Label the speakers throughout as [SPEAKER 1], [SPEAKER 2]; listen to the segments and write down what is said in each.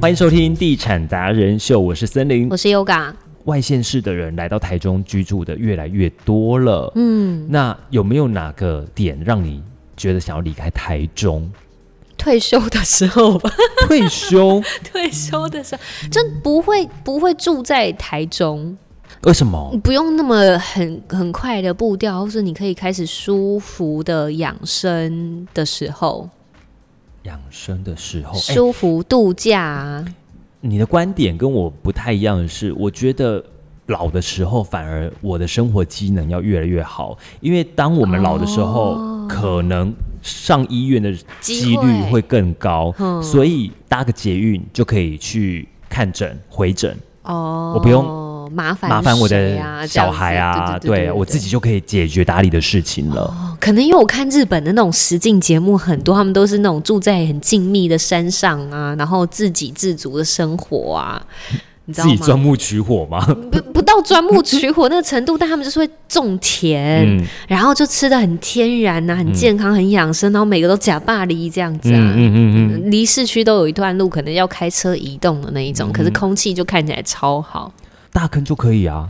[SPEAKER 1] 欢迎收听《地产达人秀》，我是森林
[SPEAKER 2] 我。是 Yoga，
[SPEAKER 1] 外县市的人来到台中居住的越来越多了，
[SPEAKER 2] 嗯，
[SPEAKER 1] 那有没有哪个点让你觉得想要离开台中？
[SPEAKER 2] 退休的时 候吧，
[SPEAKER 1] 退休？
[SPEAKER 2] 退休的时候就不会不会住在台中，
[SPEAKER 1] 为什么？
[SPEAKER 2] 不用那么很很快的步调，或是你可以开始舒服的养生的时候，
[SPEAKER 1] 养生的时 候，哎、
[SPEAKER 2] 舒服度假、啊，
[SPEAKER 1] 你的观点跟我不太一样的是，我觉得老的时候反而我的生活机能要越来越好，因为当我们老的时候，可能上医院的几
[SPEAKER 2] 哦机
[SPEAKER 1] 率
[SPEAKER 2] 会
[SPEAKER 1] 会更高，
[SPEAKER 2] 嗯
[SPEAKER 1] 所以搭个捷运就可以去看诊、回诊，
[SPEAKER 2] 哦，
[SPEAKER 1] 我不
[SPEAKER 2] 用麻烦
[SPEAKER 1] 麻烦我
[SPEAKER 2] 谁啊
[SPEAKER 1] 的小孩啊，
[SPEAKER 2] 这样子对对对对
[SPEAKER 1] 我自己就可以解决打理的事情了。
[SPEAKER 2] 哦可能因为我看日本的那种实境节目很多，他们都是那种住在很静谧的山上啊，然后自给自足的生活啊，你知
[SPEAKER 1] 自
[SPEAKER 2] 道吗？
[SPEAKER 1] 己钻木取火吗？
[SPEAKER 2] 不不到钻木 取火那个程度，但他们就是会种田，
[SPEAKER 1] 嗯
[SPEAKER 2] 然后就吃的很天然呐、很健康、很养生，然后每个都假巴黎这样子
[SPEAKER 1] 嗯
[SPEAKER 2] 啊。
[SPEAKER 1] 嗯嗯嗯，
[SPEAKER 2] 离市区都有一段路，可能要开车移动的那一种，可是空气就看起来超 好。
[SPEAKER 1] 大坑就可以啊。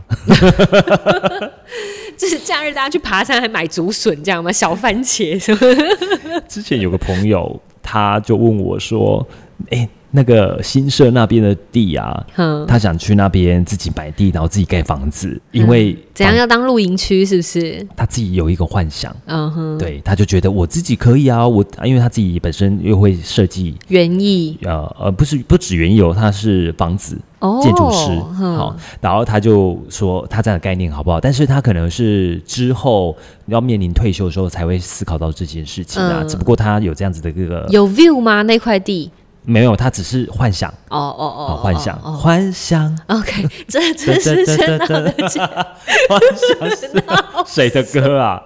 [SPEAKER 2] 就是假日大家去爬山还买竹笋这样吗？小番茄什么的？
[SPEAKER 1] 之前有个朋友，他就问我说：“哎、那个新社那边的地啊，
[SPEAKER 2] 嗯，
[SPEAKER 1] 他想去那边自己买地，然后自己盖房子，因为
[SPEAKER 2] 嗯怎样
[SPEAKER 1] 房
[SPEAKER 2] 要当露营区是不是？
[SPEAKER 1] 他自己有一个幻想，
[SPEAKER 2] 嗯哼，
[SPEAKER 1] 对，他就觉得我自己可以啊，我因为他自己本身又会设计，
[SPEAKER 2] 园艺
[SPEAKER 1] 呃呃，不是不止原油，他是房子
[SPEAKER 2] 哦，
[SPEAKER 1] 建筑师，
[SPEAKER 2] 嗯
[SPEAKER 1] 好，然后他就说他这样的概念好不好？但是他可能是之后要面临退休的时候才会思考到这件事情啊，
[SPEAKER 2] 嗯
[SPEAKER 1] 只不过他有这样子的这个
[SPEAKER 2] 有 view 吗？那块地？
[SPEAKER 1] 没有，他只是幻想，
[SPEAKER 2] 哦哦
[SPEAKER 1] 好、
[SPEAKER 2] 哦，
[SPEAKER 1] 幻想，
[SPEAKER 2] 哦哦
[SPEAKER 1] 幻 想，
[SPEAKER 2] OK，这只是喧闹的节
[SPEAKER 1] 幻想是谁的歌 啊？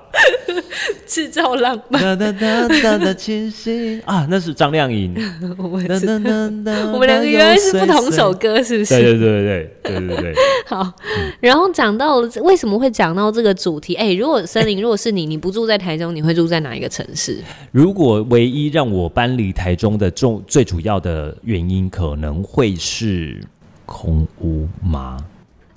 [SPEAKER 2] 制造浪漫。
[SPEAKER 1] 哒哒哒哒哒，清晰啊，那是张靓 颖。
[SPEAKER 2] 我
[SPEAKER 1] 哒
[SPEAKER 2] 知
[SPEAKER 1] 哒哒哒，
[SPEAKER 2] 我们两个原来是不同首
[SPEAKER 1] 歌。
[SPEAKER 2] 歌，是不
[SPEAKER 1] 嗯对嗯
[SPEAKER 2] 是？
[SPEAKER 1] 对对对对对对对，
[SPEAKER 2] 好，然后讲到了为什么会讲到这个主题？哎，如果森林，如果是你，你不住在台中，你会住在哪一个城市？
[SPEAKER 1] 如果唯一让我搬离台中的重最主要的原因，可能会是空屋吗？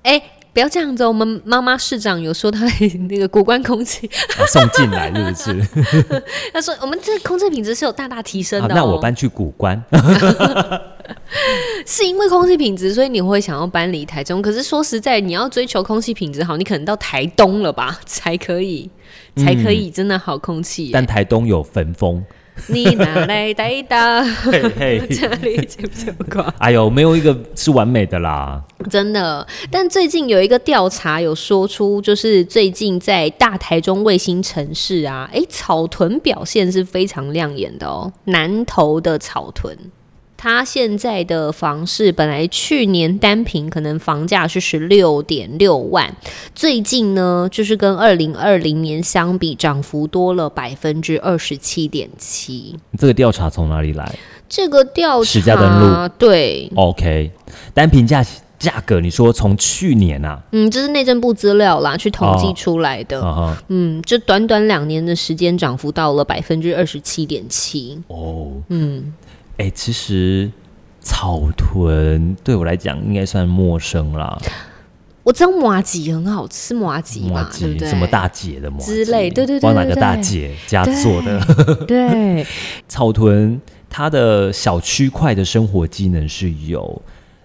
[SPEAKER 2] 哎，不要这样子哦，我们妈妈市长有说她的那个古关空气，
[SPEAKER 1] 啊、送进来是不是？
[SPEAKER 2] 她说我们这空气品质是有大大提升
[SPEAKER 1] 好
[SPEAKER 2] 的、哦
[SPEAKER 1] 啊那我搬去古 关，
[SPEAKER 2] 是因为空气品质，所以你会想要搬离台中。可是说实在，你要追求空气品质好，你可能到台东了吧， 才可以，才可以真的好空气耶、
[SPEAKER 1] 嗯
[SPEAKER 2] 啊
[SPEAKER 1] 但台东有焚 风。
[SPEAKER 2] 你哪来台 大？
[SPEAKER 1] 嘿 嘿，
[SPEAKER 2] 这里接不接不挂？
[SPEAKER 1] 哎呦，没有一个是完美的啦。
[SPEAKER 2] 真的，但最近有一个调查有说出，就是最近在大台中卫星城市啊，诶，草屯表现是非常亮眼的哦。南投的草屯，它现在的房市本来去年单平可能房价是十六点六万，最近呢就是跟二零二零年相比，涨幅多了百分之二十七点七。
[SPEAKER 1] 这个调查从哪里来
[SPEAKER 2] 这个调查，
[SPEAKER 1] 实价登录
[SPEAKER 2] 对，
[SPEAKER 1] ？OK，单评价价格，你说从去年啊，
[SPEAKER 2] 嗯，这是内政部资料啦，去统计
[SPEAKER 1] 哦
[SPEAKER 2] 出来的。
[SPEAKER 1] 啊哈，
[SPEAKER 2] 嗯，这短短两年的时间，涨幅到了百分之二十七点七。
[SPEAKER 1] 哦，
[SPEAKER 2] 嗯，
[SPEAKER 1] 哎、其实草屯对我来讲应该算陌生啦，
[SPEAKER 2] 我知道麻吉很好吃，麻吉
[SPEAKER 1] 麻
[SPEAKER 2] 嘛，对
[SPEAKER 1] 吉
[SPEAKER 2] 不对？
[SPEAKER 1] 什么大姐的麻
[SPEAKER 2] 之类对对对
[SPEAKER 1] 往哪个
[SPEAKER 2] 对对
[SPEAKER 1] 大姐家做的
[SPEAKER 2] 对，
[SPEAKER 1] 草屯，它的小区块的生活机能是有。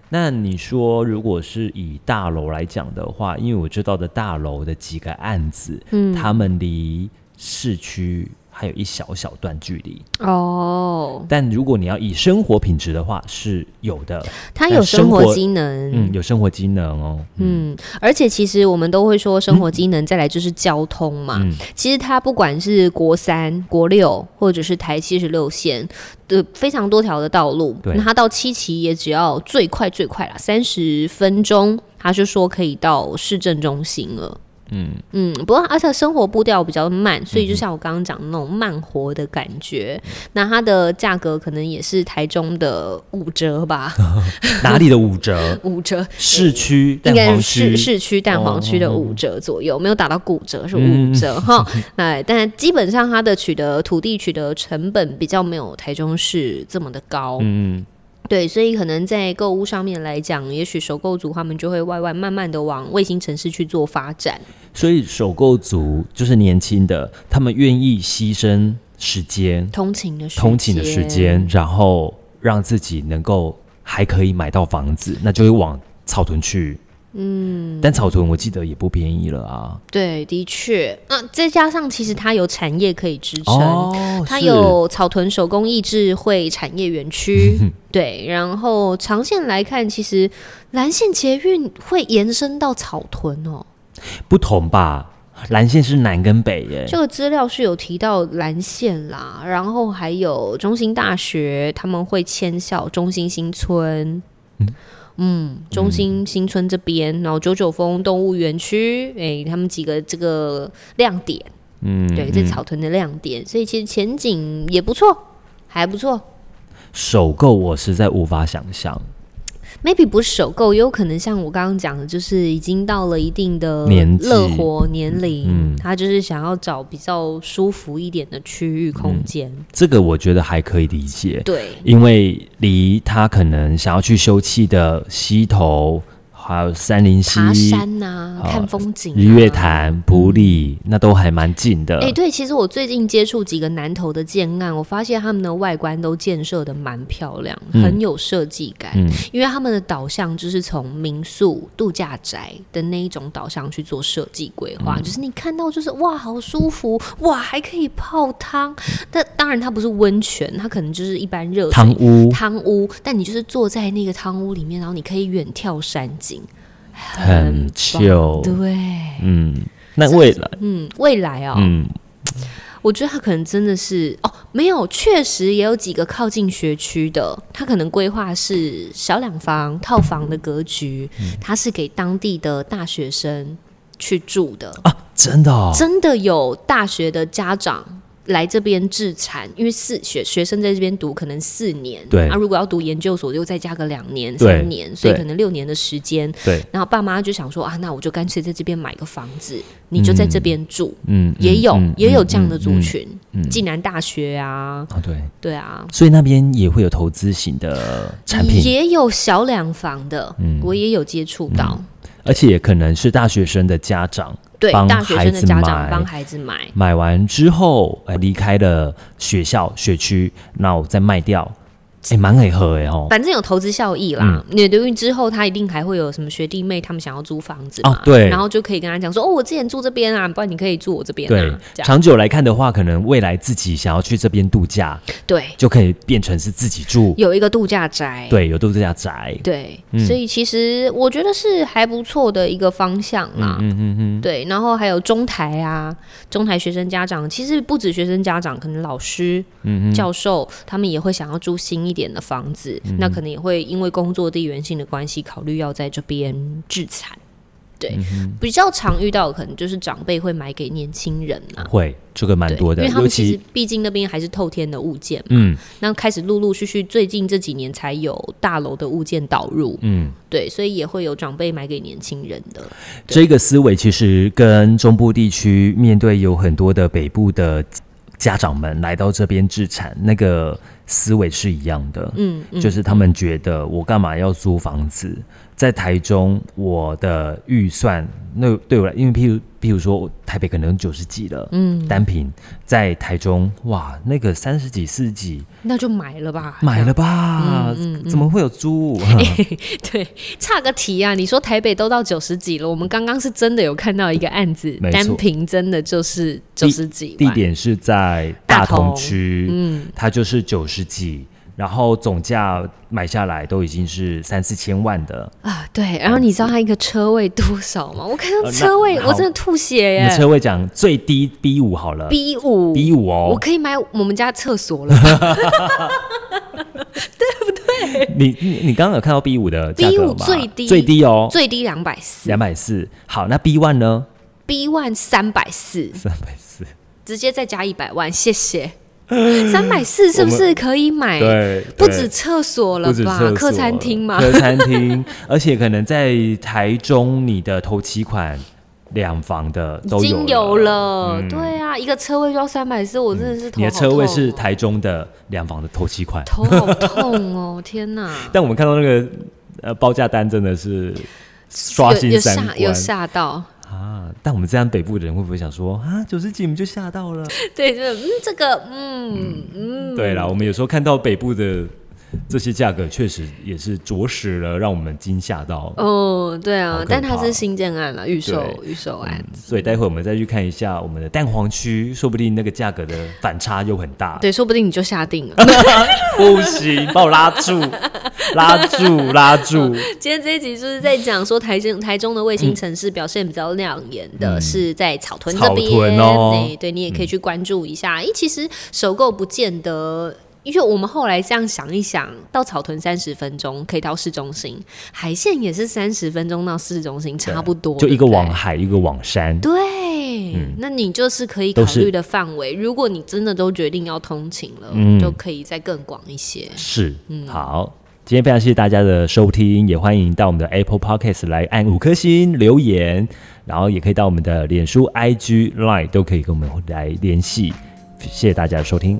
[SPEAKER 1] 那你说，如果是以大楼来讲的话，因为我知道的大楼的几个案子，
[SPEAKER 2] 嗯
[SPEAKER 1] 他们离市区还有一小小段距离。
[SPEAKER 2] 哦，
[SPEAKER 1] 但如果你要以生活品质的话，是有的，
[SPEAKER 2] 它有生
[SPEAKER 1] 生
[SPEAKER 2] 活
[SPEAKER 1] 活
[SPEAKER 2] 机能，
[SPEAKER 1] 嗯，有生活机能哦，
[SPEAKER 2] 嗯，而且其实我们都会说生活机能，再来就是交通嘛。
[SPEAKER 1] 嗯
[SPEAKER 2] 其实它不管是国三、国六，或者是台七十六线的非常多条的道路，
[SPEAKER 1] 对
[SPEAKER 2] 那它到七期也只要最快最快啦，三十分钟，他就说可以到市政中心了。
[SPEAKER 1] 嗯
[SPEAKER 2] 嗯，不过而且生活步调比较慢，所以就像我刚刚讲的那种慢活的感觉。那它的价格可能也是台中的五折 吧，
[SPEAKER 1] 哪里的五 折？
[SPEAKER 2] 五折。
[SPEAKER 1] 市区、
[SPEAKER 2] 应
[SPEAKER 1] 蛋
[SPEAKER 2] 该
[SPEAKER 1] 黄
[SPEAKER 2] 是市
[SPEAKER 1] 区，
[SPEAKER 2] 市区蛋黄区的
[SPEAKER 1] 哦嗯
[SPEAKER 2] 五折左右，没有打到骨折，是五折 哈。哎，但基本上它的取得土地取得成本比较没有台中市这么的高，
[SPEAKER 1] 嗯，
[SPEAKER 2] 对，所以可能在购物上面来讲，也许首购族他们就会 YY 慢慢的往卫星城市去做发展。
[SPEAKER 1] 所以首购族就是年轻的，他们愿意牺牲时间、
[SPEAKER 2] 通勤的时间
[SPEAKER 1] 通勤的时间，然后让自己能够还可以买到房子，那就会往草屯去。嗯，但草屯我记得也不便宜了啊。
[SPEAKER 2] 对，的确，那、再加上其实它有产业可以支撑，
[SPEAKER 1] 哦，
[SPEAKER 2] 它
[SPEAKER 1] 是
[SPEAKER 2] 有草屯手工益智慧产业园 区，对，然后长线来看，其实蓝线捷运会延伸到草屯哦。
[SPEAKER 1] 不同吧？蓝线是南跟北耶，
[SPEAKER 2] 这个资料是有提到蓝线啦，然后还有中兴大学，他们会迁校中兴新村。嗯，中兴新村这边，然后九九峰动物园区，诶，他们几个这个亮点，
[SPEAKER 1] 嗯，
[SPEAKER 2] 对，这草屯的亮点，所以其实前景也不错，还不错。
[SPEAKER 1] 首购我实在无法想象。
[SPEAKER 2] maybe 不是首购，也有可能像我刚刚讲的，就是已经到了一定的
[SPEAKER 1] 年纪
[SPEAKER 2] 乐活年龄，
[SPEAKER 1] 嗯
[SPEAKER 2] 他就是想要找比较舒服一点的区域空间。
[SPEAKER 1] 这个我觉得还可以理解，
[SPEAKER 2] 对，
[SPEAKER 1] 因为离他可能想要去休憩的溪头，还有三林溪、
[SPEAKER 2] 爬山呐、
[SPEAKER 1] 好
[SPEAKER 2] 看风景、啊，
[SPEAKER 1] 日月。潭、埔里，那都还蛮近的。
[SPEAKER 2] 哎、对，其实我最近接触几个南投的建案，我发现他们的外观都建设的蛮漂亮，
[SPEAKER 1] 嗯
[SPEAKER 2] 很有设计感。
[SPEAKER 1] 嗯
[SPEAKER 2] 因为他们的导向就是从民宿、度假宅的那一种导向去做设计规划，
[SPEAKER 1] 嗯
[SPEAKER 2] 就是你看到就是哇，好舒服，哇，还可以泡汤。但当然它不是温泉，它可能就是一般热水
[SPEAKER 1] 汤屋
[SPEAKER 2] 汤屋，但你就是坐在那个汤屋里面，然后你可以远眺山景，
[SPEAKER 1] 很旧，
[SPEAKER 2] 对，
[SPEAKER 1] 嗯，那未来，
[SPEAKER 2] 嗯，未来哦，
[SPEAKER 1] 嗯，
[SPEAKER 2] 我觉得他可能真的是哦，没有，确实也有几个靠近学区的，他可能规划是小两房套房的格局，
[SPEAKER 1] 嗯
[SPEAKER 2] 它是给当地的大学生去住的，
[SPEAKER 1] 真的、哦，
[SPEAKER 2] 真的有大学的家长。来这边置产，因为四学学生在这边读可能四年，
[SPEAKER 1] 对
[SPEAKER 2] 啊，如果要读研究所，又再加个两年、
[SPEAKER 1] 对
[SPEAKER 2] 三年，所以
[SPEAKER 1] 对
[SPEAKER 2] 可能六年的时间。
[SPEAKER 1] 对，
[SPEAKER 2] 然后爸妈就想说啊，那我就干脆在这边买个房子，你就在这边住，
[SPEAKER 1] 嗯，
[SPEAKER 2] 也有、
[SPEAKER 1] 嗯
[SPEAKER 2] 也有这样的族，
[SPEAKER 1] 嗯
[SPEAKER 2] 群，暨、南大学啊，
[SPEAKER 1] 嗯嗯啊，对，
[SPEAKER 2] 对啊，
[SPEAKER 1] 所以那边也会有投资型的产品，嗯
[SPEAKER 2] 也有小两房的，我也有接触到，
[SPEAKER 1] 而且也可能是大学生的家长
[SPEAKER 2] 对
[SPEAKER 1] 帮
[SPEAKER 2] 大学
[SPEAKER 1] 孩
[SPEAKER 2] 生的
[SPEAKER 1] 子
[SPEAKER 2] 家长
[SPEAKER 1] 买，
[SPEAKER 2] 帮孩子买，
[SPEAKER 1] 买完之后，呃，离开了学校学区，那我再卖掉，哎、蛮可以喝哎吼。
[SPEAKER 2] 反正有投资效益
[SPEAKER 1] 嗯
[SPEAKER 2] 啦。你对于之后他一定还会有什么学弟妹他们想要租房子嘛，
[SPEAKER 1] 哦对
[SPEAKER 2] 然后就可以跟他讲说，哦，我之前住这边啊，不然你可以住我这边
[SPEAKER 1] 对
[SPEAKER 2] 啊，，这样
[SPEAKER 1] 长久来看的话，可能未来自己想要去这边度假，
[SPEAKER 2] 对，
[SPEAKER 1] 就可以变成是自己住，
[SPEAKER 2] 有一个度假宅，
[SPEAKER 1] 对，有度假宅。
[SPEAKER 2] 对，所以其实我觉得是还不错的一个方向啦。嗯嗯嗯，对，然后还有中台啊，中台学生家长，其实不止学生家长，可能老师、教授他们也会想要住新一点的房子，那可能也会因为工作地缘性的关系，考虑要在这边置产。对，比较常遇到的可能就是长辈会买给年轻人啊。
[SPEAKER 1] 会，这个蛮
[SPEAKER 2] 对，
[SPEAKER 1] 多的，
[SPEAKER 2] 因为他
[SPEAKER 1] 尤
[SPEAKER 2] 们其
[SPEAKER 1] 其
[SPEAKER 2] 实毕竟那边还是透天的物件嘛，
[SPEAKER 1] 嗯
[SPEAKER 2] 那开始陆陆续续最近这几年才有大楼的物件导入，
[SPEAKER 1] 嗯，
[SPEAKER 2] 对，所以也会有长辈买给年轻人的。
[SPEAKER 1] 这个思维其实跟中部地区面对有很多的北部的家长们来到这边置产，那个思维是一样的。
[SPEAKER 2] 嗯嗯，
[SPEAKER 1] 就是他们觉得我干嘛要租房子？在台中，我的预算那对我来，因为譬如譬如说我台北可能九十几了，
[SPEAKER 2] 嗯，
[SPEAKER 1] 单品在台中，哇，那个三十几、四十几，
[SPEAKER 2] 那就买了吧，
[SPEAKER 1] 买了
[SPEAKER 2] 嗯
[SPEAKER 1] 吧？怎么会有 租？
[SPEAKER 2] 哎这样。对， 差个题啊！你说台北都到九十几了，我们刚刚是真的有看到一个案子
[SPEAKER 1] 没，错
[SPEAKER 2] 单凭真的就是九十几
[SPEAKER 1] 地
[SPEAKER 2] 万。
[SPEAKER 1] 点是在大
[SPEAKER 2] 大
[SPEAKER 1] 同
[SPEAKER 2] 同
[SPEAKER 1] 区，
[SPEAKER 2] 嗯，
[SPEAKER 1] 它就是九十几，然后总价买下来都已经是三四千万的。
[SPEAKER 2] 啊，对，然后你知道它一个车位多少吗？我看
[SPEAKER 1] 呃
[SPEAKER 2] 到
[SPEAKER 1] 那
[SPEAKER 2] 车位，
[SPEAKER 1] 好
[SPEAKER 2] 我真的吐血
[SPEAKER 1] 我们
[SPEAKER 2] 耶
[SPEAKER 1] 车位讲最低 B 五好了
[SPEAKER 2] ！B 五
[SPEAKER 1] ，B 五哦
[SPEAKER 2] 我，可以买我们家厕所了吧。
[SPEAKER 1] 你你你刚刚有看到 B 五的价
[SPEAKER 2] B
[SPEAKER 1] 格
[SPEAKER 2] 五
[SPEAKER 1] 吗？
[SPEAKER 2] 最低
[SPEAKER 1] 最低哦，
[SPEAKER 2] 最低两百四
[SPEAKER 1] 两百四。好，那 B one 呢？
[SPEAKER 2] ，B one 三百四，
[SPEAKER 1] 三百四。
[SPEAKER 2] 直接再加一百万，谢谢。三百四是不
[SPEAKER 1] 我
[SPEAKER 2] 是可以买？
[SPEAKER 1] 对，
[SPEAKER 2] 不止厕所了
[SPEAKER 1] 不止
[SPEAKER 2] 吧？
[SPEAKER 1] 厕所
[SPEAKER 2] 客餐厅嘛，
[SPEAKER 1] 客餐厅，而且可能在台中，你的头期款两房的
[SPEAKER 2] 已
[SPEAKER 1] 都
[SPEAKER 2] 经
[SPEAKER 1] 有嗯
[SPEAKER 2] 有了，对啊，一个车位就要三百四，我真的是头
[SPEAKER 1] 你的
[SPEAKER 2] 好
[SPEAKER 1] 车位
[SPEAKER 2] 痛
[SPEAKER 1] 是
[SPEAKER 2] 哦
[SPEAKER 1] 台中的两房的头期款，
[SPEAKER 2] 头好 痛哦，天哪！
[SPEAKER 1] 但我们看到那个呃报价单真的是刷
[SPEAKER 2] 有
[SPEAKER 1] 新
[SPEAKER 2] 有
[SPEAKER 1] 三
[SPEAKER 2] 吓有
[SPEAKER 1] 观
[SPEAKER 2] 吓到，
[SPEAKER 1] 啊！但我们这样北部的人会不会想说啊九十几我们就吓到了？
[SPEAKER 2] 对，就是嗯，这个嗯嗯，
[SPEAKER 1] 对啦，我们有时候看到北部的这些价格，确实也是着实了让我们惊吓到。
[SPEAKER 2] 哦，对
[SPEAKER 1] 好
[SPEAKER 2] 啊
[SPEAKER 1] 可，
[SPEAKER 2] 但它
[SPEAKER 1] 怕
[SPEAKER 2] 是新建案了，预售
[SPEAKER 1] 对嗯
[SPEAKER 2] 预售案，
[SPEAKER 1] 所以待会我们再去看一下我们的蛋黄区，说不定那个价格的反差又很大。
[SPEAKER 2] 对，说不定你就下定了。
[SPEAKER 1] 不行，把我拉住，拉住，拉 住。
[SPEAKER 2] 今天这一集就是在讲说台中台中的卫星城市表现比较亮眼的是在草屯这边，
[SPEAKER 1] 嗯草屯哦
[SPEAKER 2] 对对，你也可以去关注一下。诶、其实首购不见得。因为我们后来这样想一想，到草屯三十分钟可以到市中心，海线也是三十分钟到市中心，差不多，
[SPEAKER 1] 就一个
[SPEAKER 2] 对不对
[SPEAKER 1] 往海，嗯一个往山。
[SPEAKER 2] 对，那你就是可以考
[SPEAKER 1] 都是
[SPEAKER 2] 虑的范围。如果你真的都决定要通勤了，
[SPEAKER 1] 嗯
[SPEAKER 2] 就可以再更广一些。
[SPEAKER 1] 是，好。今天非常谢谢大家的收听，也欢迎到我们的 Apple Podcast 来按五颗星留言，然后也可以到我们的脸书、IG、Line 都可以跟我们来联系。谢谢大家的收听，